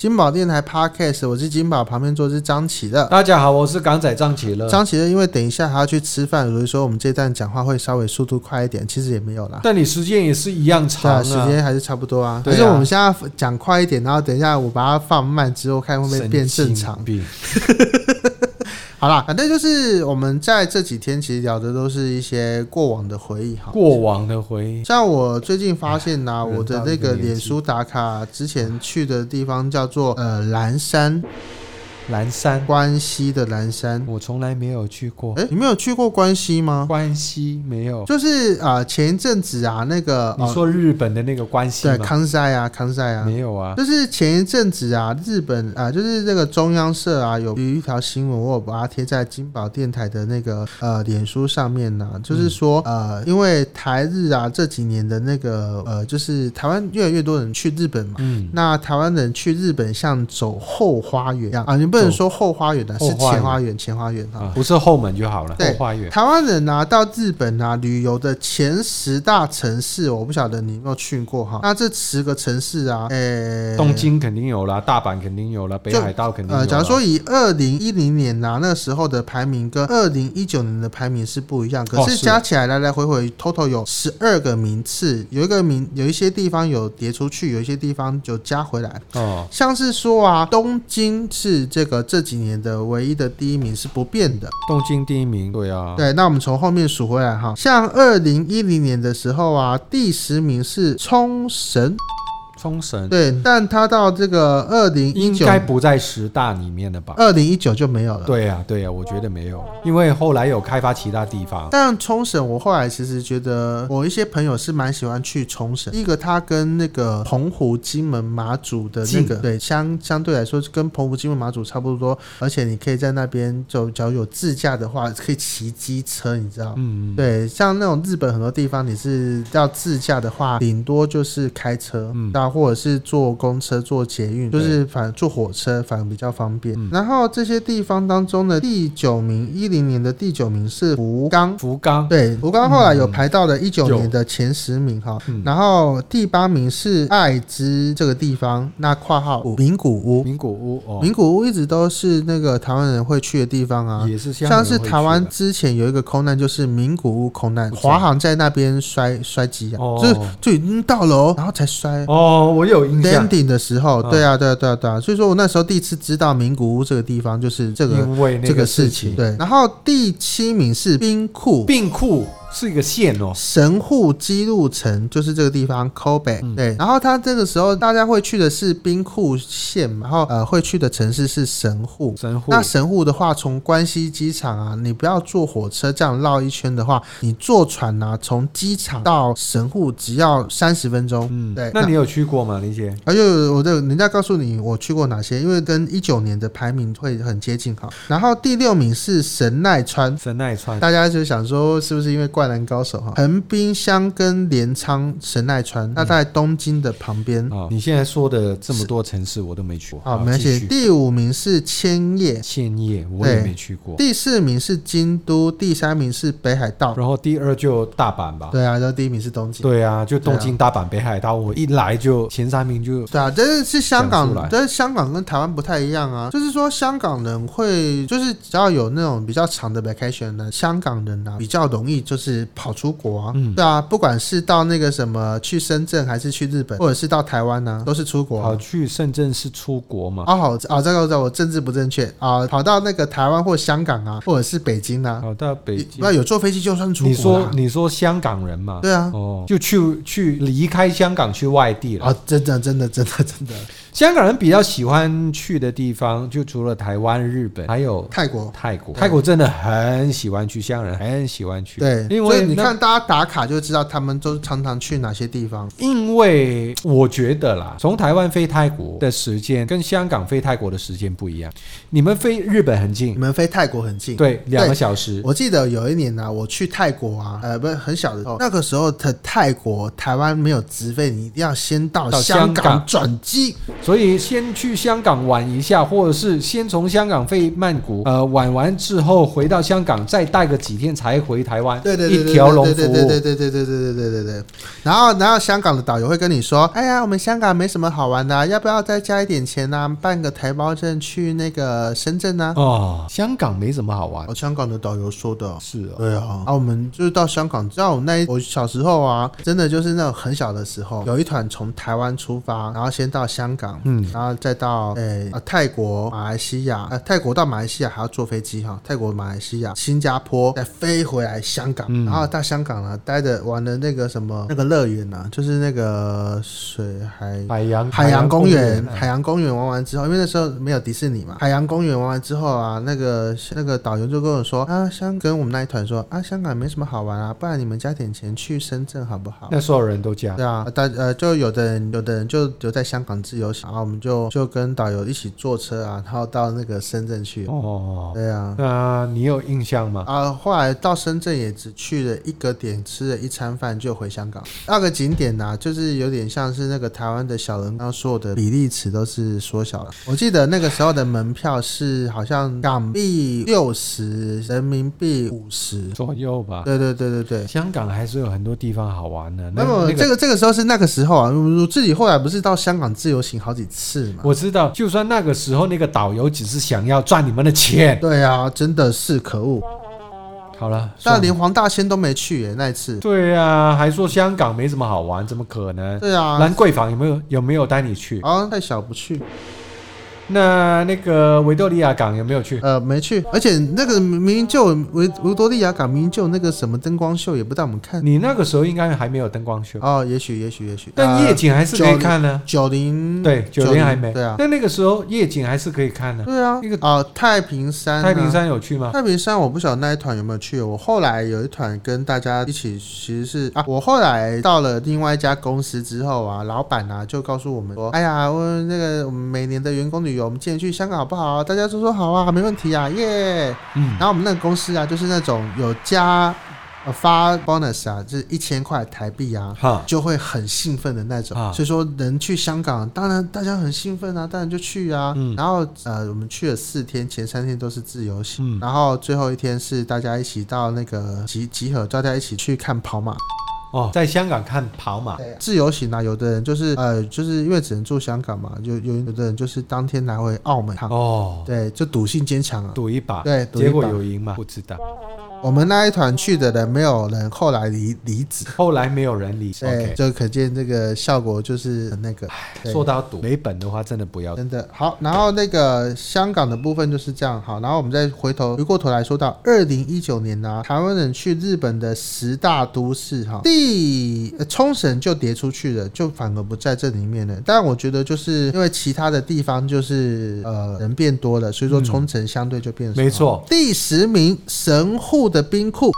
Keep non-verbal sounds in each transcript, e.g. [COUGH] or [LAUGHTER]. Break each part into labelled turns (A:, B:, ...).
A: 金宝电台 Podcast，我是金宝，旁边坐的是张琪乐。
B: 大家好，我是港仔张启乐。
A: 张琪乐因为等一下还要去吃饭，所以说我们这段讲话会稍微速度快一点，其实也没有啦。
B: 但你时间也是一样
A: 对
B: 长
A: 啊，
B: 啊，
A: 时间还是差不多啊。
B: 对
A: 但
B: 啊
A: 是我们现在讲快一点，然后等一下我把它放慢之后，看会不会变正常
B: 神经。病。
A: 好啦，反正就是我们在这几天其实聊的都是一些过往的回忆哈。
B: 过往哎的回忆，
A: 像我最近发现呐、
B: 人
A: 我的
B: 到
A: 那
B: 一个
A: 个
B: 年纪
A: 脸书打卡之前去的地方叫做呃蓝山，
B: 蓝山，
A: 关西的蓝山。
B: 我从来没有去过，
A: 哎、你没有去过关西吗？
B: 关西没有。
A: 就是啊、呃前一阵子啊，那个
B: 哦你
A: 哦、
B: 说日本的那个关西
A: 对
B: 吗？
A: 康塞啊，康塞啊，
B: 没有啊，
A: 就是前一阵子啊，日本啊，就是这个中央社啊，有有一条新闻，我有把它贴在金宝电台的那个呃脸书上面呢、就是说、
B: 嗯
A: 呃，因为台日啊这几年的那个呃，就是台湾越来越多人去日本嘛。
B: 嗯，
A: 那台湾人去日本像走后花园一样啊，你不能说后花园的、啊
B: 后
A: 是
B: 花园
A: 前花园，前花园啊。
B: 啊，不是后门就好了，
A: 对
B: 后花园。
A: 台湾人啊，到日本啊旅游的前十大城市，我不晓得你有没有去过哈。那这十个城市啊，诶、
B: 嗯东京肯定有啦，大阪肯定有啦，北海道肯定有啦。
A: 呃，假如说以二零一零年呐、那时候的排名跟二零一九年的排名是不一样，可
B: 哦
A: 是
B: 是
A: 加起来来来回回 total 有十二个名次，有一个名有一些地方有跌出去，有一些地方就加回来。
B: 哦，
A: 像是说啊，东京是这个这几年的唯一的第一名是不变的。
B: 东京第一名，对啊，
A: 对，那我们从后面数回来哈，像二零一零年的时候啊，第十名是冲绳，
B: 冲绳
A: 对，但它到这个二零一
B: 应
A: 九，呃
B: 该不在十大里面的吧？
A: 二零一九就没有了。
B: 对啊，对啊，我觉得没有，因为后来有开发其他地方。
A: 但冲绳，我后来其实觉得，我一些朋友是蛮喜欢去冲绳。第一个，它跟那个澎湖、金门、马祖的那个
B: 近
A: 对相相对来说，跟澎湖、金门、马祖差不多，而且你可以在那边就只要有自驾的话，可以骑机车，你知道。
B: 嗯，
A: 对，像那种日本很多地方，你是要自驾的话，顶多就是开车，
B: 嗯
A: 那、或者是坐公车、坐捷运，就
B: 对嗯
A: 是反坐火车，反而比较方便。然后这些地方当中的第九名，一零年的第九名是福冈，
B: 福冈
A: 对，福冈后来有排到了一九年的前十名哈，
B: 嗯
A: 然后第八名是爱知这个地方，那括号五名古屋，
B: 名古屋哦，
A: 名古屋一直都是那个台湾人会去的地方啊。
B: 也是香
A: 像
B: 港人
A: 是
B: 会
A: 台湾
B: 去
A: 之前有一个空难，就是名古屋空难，
B: 不是
A: 华航在那边摔摔机啊，
B: 哦
A: 就是就已经到楼，然后才摔
B: 的哦，我有印象，
A: landing 的时候，
B: 嗯
A: 对啊，对啊，对啊，对啊。所以说我那时候第一次知道名古屋这个地方，就是这个
B: 因为那
A: 这个
B: 事
A: 事情。对，然后第七名是兵库，
B: 并库是一个县哦，
A: 神户姬路城就是这个地方，Kobe、对，
B: 嗯
A: 然后它这个时候大家会去的是兵库县嘛，然后呃会去的城市是神户。
B: 神户
A: 那神户的话，从关西机场啊，你不要坐火车这样绕一圈的话，你坐船啊，从机场到神户只要三十分钟。
B: 嗯，
A: 对，
B: 那你有去过吗？林姐？
A: 而且我的人家告诉你我去过哪些，因为跟一九年的排名会很接近哈。然后第六名是神奈川，
B: 神奈川
A: 大家就想说，是不是因为《灌篮高手》哈，横滨乡跟镰仓神奈川，那在东京的旁边
B: 嗯哦，你现在说的这么多城市我都没去过，
A: 啊，嗯没关
B: 继
A: 系。
B: 续
A: 第五名是千叶，
B: 千叶我也
A: 对
B: 没去过，
A: 第四名是京都，第三名是北海道。
B: 然后第二就大阪吧，
A: 对啊，然后第一名是东京。
B: 对啊，就东京、大阪、北海道，我一来就前三名就
A: 对啊，但是是香港
B: 讲出来，
A: 但是香港跟台湾不太一样啊。就是说，香港人会，就是只要有那种比较长的 vacation 呢，香港人啊比较容易就是跑出国啊。
B: 嗯
A: 对啊，不管是到那个什么去深圳，还是去日本，或者是到台湾呢、都是出国、
B: 跑
A: 啊。
B: 去深圳是出国嘛，
A: 啊好啊，这个这个我政治不正确啊，跑到那个台湾或香港啊，或者是北京啊，
B: 跑到北京
A: 那。有坐飞机就算出
B: 你
A: 国
B: 说
A: 啦。
B: 你说香港人嘛？
A: 对啊，
B: 哦，就去去离开香港去外地了。
A: 啊，真的真的真的真的，
B: 香港人比较喜欢去的地方，就除了台湾、日本，还有
A: 泰国
B: 泰国。
A: 对
B: 泰国真的很喜欢去，香港人很喜欢去。
A: 对，
B: 因
A: 所
B: 为
A: 以你
B: 那，
A: 看大家打卡就知道他们都常常去哪些地方。
B: 因为我觉得啦，从台湾飞泰国的时间跟香港飞泰国的时间不一样。你们飞日本很
A: 你
B: 近，
A: 们飞泰国很近，
B: 嗯对，两个小时。
A: 我记得有一年呢、我去泰国啊，呃，不是很小的
B: 哦
A: 时候，那个时候的泰国台湾没有直飞，你一定要先到
B: 到
A: 香
B: 香
A: 港
B: 港
A: 转机，
B: 所以先去香港玩一下，或者是先从香港飞曼谷，呃，玩完之后回到香港再待个几天才回台湾，
A: 对对对，
B: 一条龙服
A: 对对对
B: 务。
A: 对对对对对对对对对。然后，然后香港的导游会跟你说：“哎呀，我们香港没什么好玩的啊、要不要再加一点钱呢、办个台胞证去那个深圳呢、
B: 哦，香港没什么好玩，
A: 哦，香港的导游说的哦、
B: 是哦，
A: 对啊，啊，我们就是到香港，知道我那一我小时候啊，真的就是那种很小的时候，有一团从台湾出发，然后先到香港，
B: 嗯，
A: 然后再到诶、啊泰国、马来西亚，呃泰国到马来西亚还要坐飞机哈，泰国、马来西亚、新加坡，再飞回来香港，然后到香港呢、待着玩的那个什么那个乐园啊，就是那个水海
B: 海洋
A: 海洋公园，嗯
B: 啊
A: 海洋公园玩完之后，因为那时候没有迪士尼嘛，海洋公园玩完之后啊，那个那个导游就跟我说啊，香跟我们那一团说啊，香港没什么好玩啊，不然你们加点钱去深圳好不好？
B: 那所有人都这样。
A: 对啊，大呃，就有的人有的人就留在香港自由行，然后我们就就跟导游一起坐车啊，然后到那个深圳去。
B: 哦，
A: 对啊，
B: 那你有印象吗？
A: 啊，后来到深圳也只去了一个点，吃了一餐饭就回香港。那个景点呢、就是有点像是那个台湾的小人，刚刚说的比例尺都是缩小了。我记得那个时候的门票是好像港币六十，人民币五十。
B: 左右吧。
A: 对对对对对。
B: 香港还是有很多地方好玩的。那
A: 啊那么
B: 那
A: 这
B: 个
A: 个这个时候是那个时候啊，我自己后来不是到香港自由行好几次嘛？
B: 我知道，就算那个时候那个导游只是想要赚你们的钱，
A: 对啊，真的是可恶，
B: 好了，
A: 但
B: 算了。
A: 连黄大仙都没去耶那一次。
B: 对啊，还说香港没什么好玩，怎么可能？
A: 对啊，
B: 兰桂坊有没有有没有带你去？
A: 好像太小不去。
B: 那那个维多利亚港有没有去？
A: 呃，没去，而且那个明明就有维维多利亚港，明明就有那个什么灯光秀，也不带我们看。
B: 你那个时候应该还没有灯光秀，
A: 哦，也许，也许，也许。
B: 但夜景还是可以
A: 九
B: 看呢。
A: 九零
B: 对，九零还没。
A: 对啊，
B: 但那个时候夜景还是可以看的。
A: 对啊，
B: 那个
A: 啊、太平山、啊
B: 太平。山有去吗？
A: 太平山我不晓得那一团有没有去，我后来有一团跟大家一起，其实是啊，我后来到了另外一家公司之后啊，老板啊就告诉我们说，哎呀，我那个我们每年的员工旅游，我们今年去香港好不好？大家都说好啊，没问题啊，耶、
B: 嗯，
A: 然后我们那个公司啊，就是那种有加呃发 bonus 啊，就是一千块台币啊，
B: 哈，
A: 就会很兴奋的那种。
B: 啊
A: 所以说能去香港，当然大家很兴奋啊，当然就去啊。
B: 嗯
A: 然后呃，我们去了四天，前三天都是自由行，
B: 嗯
A: 然后最后一天是大家一起到那个集集合，大家一起去看跑马。
B: 哦，在香港看跑马，
A: 对自由行啊，有的人就是呃，就是因为只能住香港嘛，有有有的人就是当天来回澳门趟，
B: 哦，
A: 对，就赌性坚强啊。
B: 赌一把，
A: 对，赌一
B: 结果
A: 把
B: 有赢吗？不知道。
A: 我们那一团去的人，没有人后来离离职，
B: 后来没有人理。
A: 对，
B: OK，
A: 就可见这个效果就是很那个，对
B: 说到赌，没本的话真的不要。
A: 真的好。然后那个香港的部分就是这样，好，然后我们再回头回过头来说到二零一九年呢、台湾人去日本的十大都市哈，第呃冲绳就跌出去了，就反而不在这里面了。但我觉得就是因为其他的地方就是呃人变多了，所以说冲绳相对就变少、
B: 没错，
A: 第十名神户的冰库。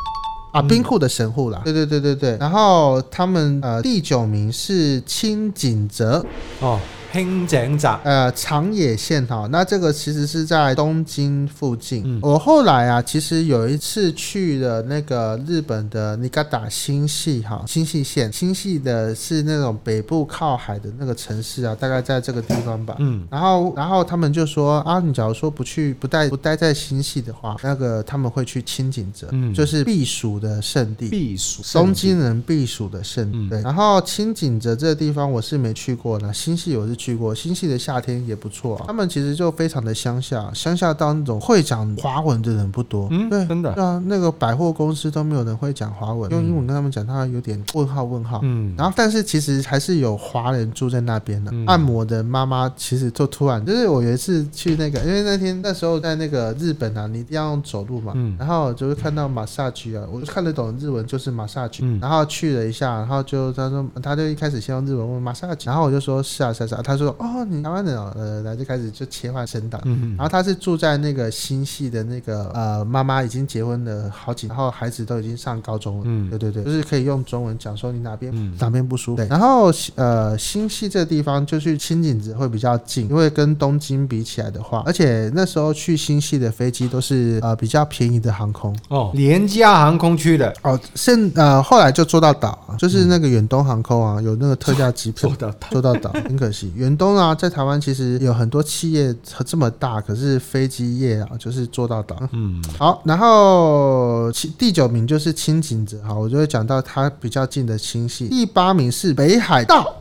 A: 啊，
B: 嗯
A: 冰库的神户啦，对对对对对。然后他们呃第九名是清井泽，
B: 哦，轻井泽，
A: 呃长野县哈，那这个其实是在东京附近。
B: 嗯
A: 我后来啊，其实有一次去了那个日本的尼加达新系哈，新系县，新系的是那种北部靠海的那个城市啊，大概在这个地方吧。
B: 嗯，
A: 然后，然后他们就说啊，你假如说不去不待不待在新系的话，那个他们会去清井泽，
B: 嗯
A: 就是避暑的圣地。
B: 避暑胜
A: 东
B: 地
A: 京人避暑的圣地，
B: 嗯
A: 对。然后清井泽这个地方我是没去过呢，新系我是去过，新系的夏天也不错、啊。他们其实就非常的乡下，乡下到那种会讲华文的人不多，对
B: 嗯，。真的，
A: 对啊，那个百货公司都没有人会讲华文，用英文跟他们讲，他有点问号问号。
B: 嗯，
A: 然后，但是其实还是有华人住在那边的。
B: 嗯
A: 按摩的妈妈其实就突然，就是我有一次去那个，因为那天那时候在那个日本啊，你一定要用走路嘛，
B: 嗯
A: 然后就会看到马萨菊啊，我就看得懂日文就是马萨菊，
B: 嗯
A: 然后去了一下，然后就他说他就一开始先用日文问马萨菊，然后我就说是啊是啊是啊，他说哦你台湾人哦，呃，然后就开始就切换声档。
B: 嗯，
A: 然后他是住在那个新系的那个呃，妈妈已经结婚了好几，然后孩子都已经上高中了，
B: 嗯
A: 对对对，就是可以用中文讲说你哪边
B: 嗯
A: 哪边不舒服。对然后呃，新系这个地方就去清井泽会比较近，因为跟东京比起来的话，而且那时候去新系的飞机都是呃比较便宜的航空。
B: 哦，廉价航空区的
A: 哦，现呃 [LAUGHS]
B: 嗯
A: 后来就做到岛啊，就是那个远东航空啊，有那个特价机票
B: 做到
A: 做到岛，很可惜，远东啊，在台湾其实有很多企业这么大，可是飞机业啊，就是做到倒。
B: 嗯，
A: 好，然后其第九名就是清景泽哈，我就会讲到它比较近的亲系。第八名是北海道，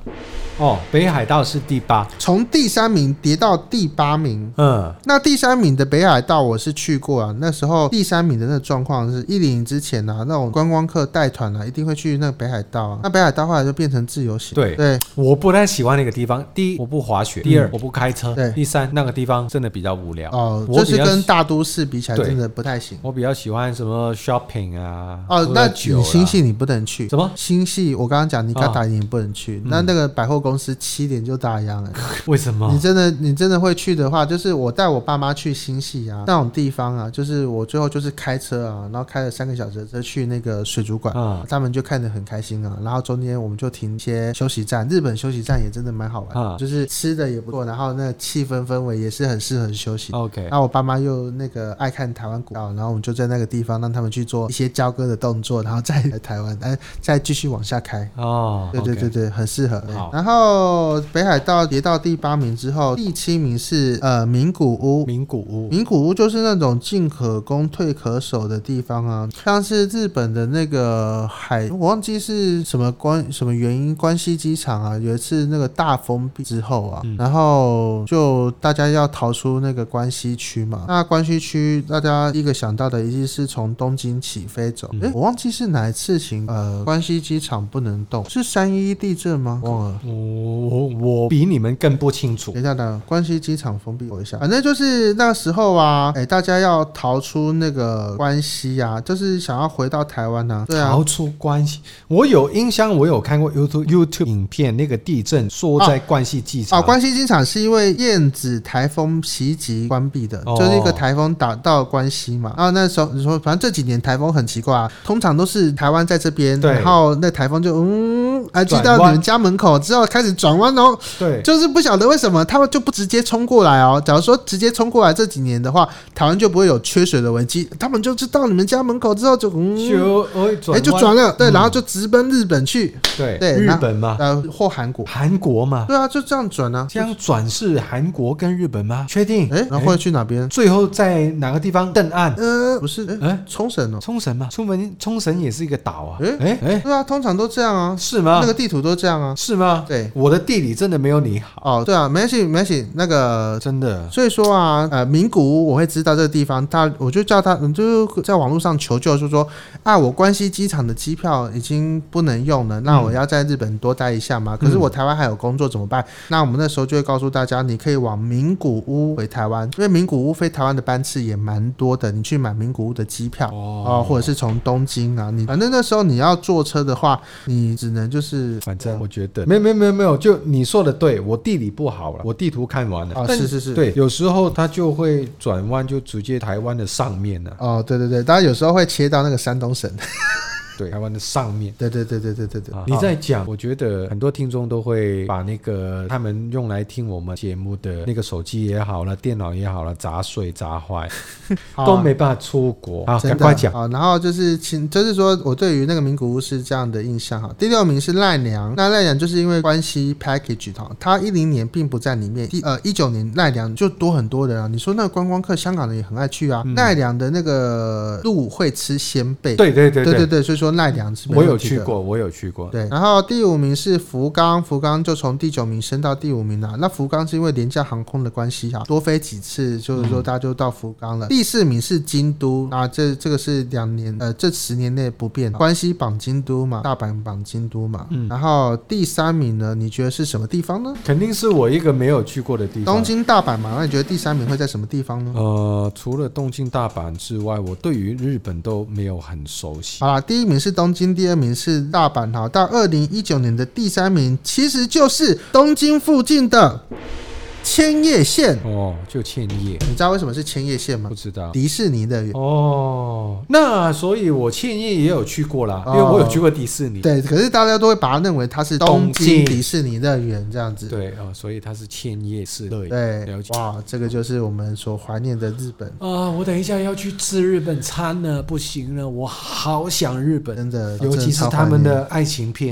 B: 哦，北海道是第八，
A: 从第三名跌到第八名。
B: 嗯，
A: 那第三名的北海道我是去过啊，那时候第三名的那个状况是一零之前啊，那种观光客带团啊，一定会去那个北海道啊。那北海道后来就变成自由行，
B: 对
A: 对
B: 我不太喜欢那个地方。第一，我不滑雪；第二，我不开车；
A: 嗯对
B: 第三，那个地方真的比较无聊。
A: 哦，
B: 我
A: 就
B: 比
A: 是
B: 较
A: 跟
B: 喜
A: 大都市比起来
B: 对
A: 真的不太行。
B: 我比较喜欢什么 shopping 啊，
A: 哦
B: 喝，
A: 那
B: 酒
A: 你
B: 啦
A: 星系你不能去，
B: 什么？
A: 星系我刚刚讲你
B: 啊嗯
A: 刚打你不能去，那那个百货公司七点就打烊
B: [LAUGHS]
A: 了。
B: [LAUGHS] 为什么
A: 你？真的你真的会去的话，就是我带我爸妈去新系啊那种地方啊，就是我最后就是开车啊，然后开了三个小时的车去那个水族馆。
B: 啊
A: 他们就看得很开心啊，然后中间我们就停一些休息站，日本休息站也真的蛮好玩的，
B: 啊
A: 就是吃的也不错，然后那个气氛氛围也是很适合休息的。
B: ，OK，
A: 那我爸妈又那个爱看台湾古道，然后我们就在那个地方让他们去做一些交割的动作，然后再来台湾，哎，再继续往下开。
B: 哦，
A: 对对对
B: OK，
A: 对，很适合。
B: 好
A: 然后北海道跌到第八名之后，第七名是呃名古屋。
B: 名古屋，
A: 名古屋就是那种进可攻退可守的地方啊，像是日本的那个海，我忘记是什么关什么原因，关西机场啊，有一次那个大封闭之后啊，然后就大家要逃出那个关西区嘛。那关西区大家第一个想到的一定是从东京起飞走，诶、我忘记是哪一次情，呃，关西机场不能动，是三一地震吗？忘了。
B: 我我我比你们更不清楚
A: 等一下，等一下关西机场封闭我一下。反正就是那时候啊，哎、大家要逃出那个关西啊，就是想要回到台湾啊。对啊
B: 逃，出关系。我有印象，我有看过 YouTube YouTube 影片，那个地震说在关西机场
A: 啊，关西机场是因为燕子台风袭击关闭的，
B: 哦
A: 就是一个台风打到关西嘛。然后那时候你说，反正这几年台风很奇怪啊，通常都是台湾在这边，
B: 对
A: 然后那台风就嗯，啊，寄到
B: 转
A: 你
B: 弯
A: 们家门口之后开始转弯哦，
B: 对
A: 就是不晓得为什么他们就不直接冲过来哦。假如说直接冲过来这几年的话，台湾就不会有缺水的危机。他们就知道你们家门口之后就嗯，
B: 就哎
A: 哎、
B: 转
A: 就
B: 弯
A: 转了，对，然后就直奔日本去，
B: 对
A: 对
B: 日
A: 那
B: 本嘛，
A: 呃，或韩国。
B: 韩国嘛，
A: 对啊，就这样转啊。
B: 这样转是韩国跟日本吗？确定？
A: 哎、然后会去哪边？
B: 最后在哪个地方登岸？
A: 呃，不是，哎、
B: 哎
A: 冲绳哦。
B: 冲绳嘛，冲绳冲绳也是一个岛啊。
A: 哎
B: 哎哎，
A: 对啊，通常都这样啊，
B: 是吗
A: 那？个地图都这样啊。
B: 是吗？
A: 对，
B: 我的地理真的没有你好，
A: 哦，对啊，没关系，没关系。那个
B: 真的。
A: 所以说啊，呃，名古屋我会知道这个地方，他我就叫他，嗯就在网络上求救，就说啊，我关西机场的机票已经不能用了，那我要在日本多待一下嘛。可是我台湾还有工作怎么办？那我们那时候就会告诉大家，你可以往名古屋回台湾，因为名古屋飞台湾的班次也蛮多的，你去买名古屋的机票。
B: 啊
A: 哦，或者是从东京啊，你反正那时候你要坐车的话，你只能就是
B: 反正我觉得没有没有没有没有，就你说的对，我地理不好了，我地图看完了。
A: 啊，
B: 但
A: 是是是，
B: 对，有时候它就会转弯，就直接台湾的上面啊了、
A: 哦，对对对，当然有时候会切到那个山东省，
B: 对，台湾的上面。
A: 对对对对对对对，
B: 你
A: 啊好
B: 在讲，我觉得很多听众都会把那个他们用来听我们节目的那个手机也好了，电脑也好了，砸碎砸坏，
A: 好啊
B: 都没办法出国啊！
A: 真
B: 赶
A: 的
B: 快讲，
A: 好，然后就是请，就是说我对于那个名古屋是这样的印象哈。第六名是奈良，那奈良就是因为关系 package 哈，它一零年并不在里面，第呃一九年奈良就多很多人啊。你说那个观光客，香港人也很爱去啊。奈良的那个鹿会吃鲜贝，
B: 嗯对对对
A: 哎对对对，所以说奈良是没
B: 我有
A: 问题的
B: 去。过，我有去过，
A: 对，然后第五名是福冈，福冈就从第九名升到第五名了、那福冈是因为廉价航空的关系啊，多飞几次，就是
B: 嗯
A: 说大家就到福冈了。第四名是京都啊，这这个是两年呃这十年内不变，关西绑京都嘛，大阪绑京都嘛。
B: 嗯
A: 然后第三名呢，你觉得是什么地方呢？
B: 肯定是我一个没有去过的地
A: 东
B: 方。
A: 京、大阪嘛，那你觉得第三名会在什么地方呢？
B: 呃，除了东京、大阪之外，我对于日本都没有很熟悉。
A: 好啦，第一名是东京，第二名是大阪，好，到二零一九年的第三名其实就是东京附近的千叶县。
B: 哦，就千叶，
A: 你知道为什么是千叶县吗
B: 不？知道。
A: 迪士尼乐园。
B: 哦，那所以我千叶也有去过
A: 啊
B: 啦，因为我有去过迪士尼。
A: 对，可是大家都会把它认为它是东
B: 东
A: 京
B: 京
A: 迪士尼乐园这样子。
B: 对哦，所以它是千叶市对
A: 对
B: 了，解
A: 哇，这个就是我们所怀念的日本，
B: 啊、我等一下要去吃日本餐了，不行了，我好想日本，
A: 真的，
B: 尤其
A: 真的
B: 是
A: 超怀
B: 他们
A: 念
B: 的爱情片。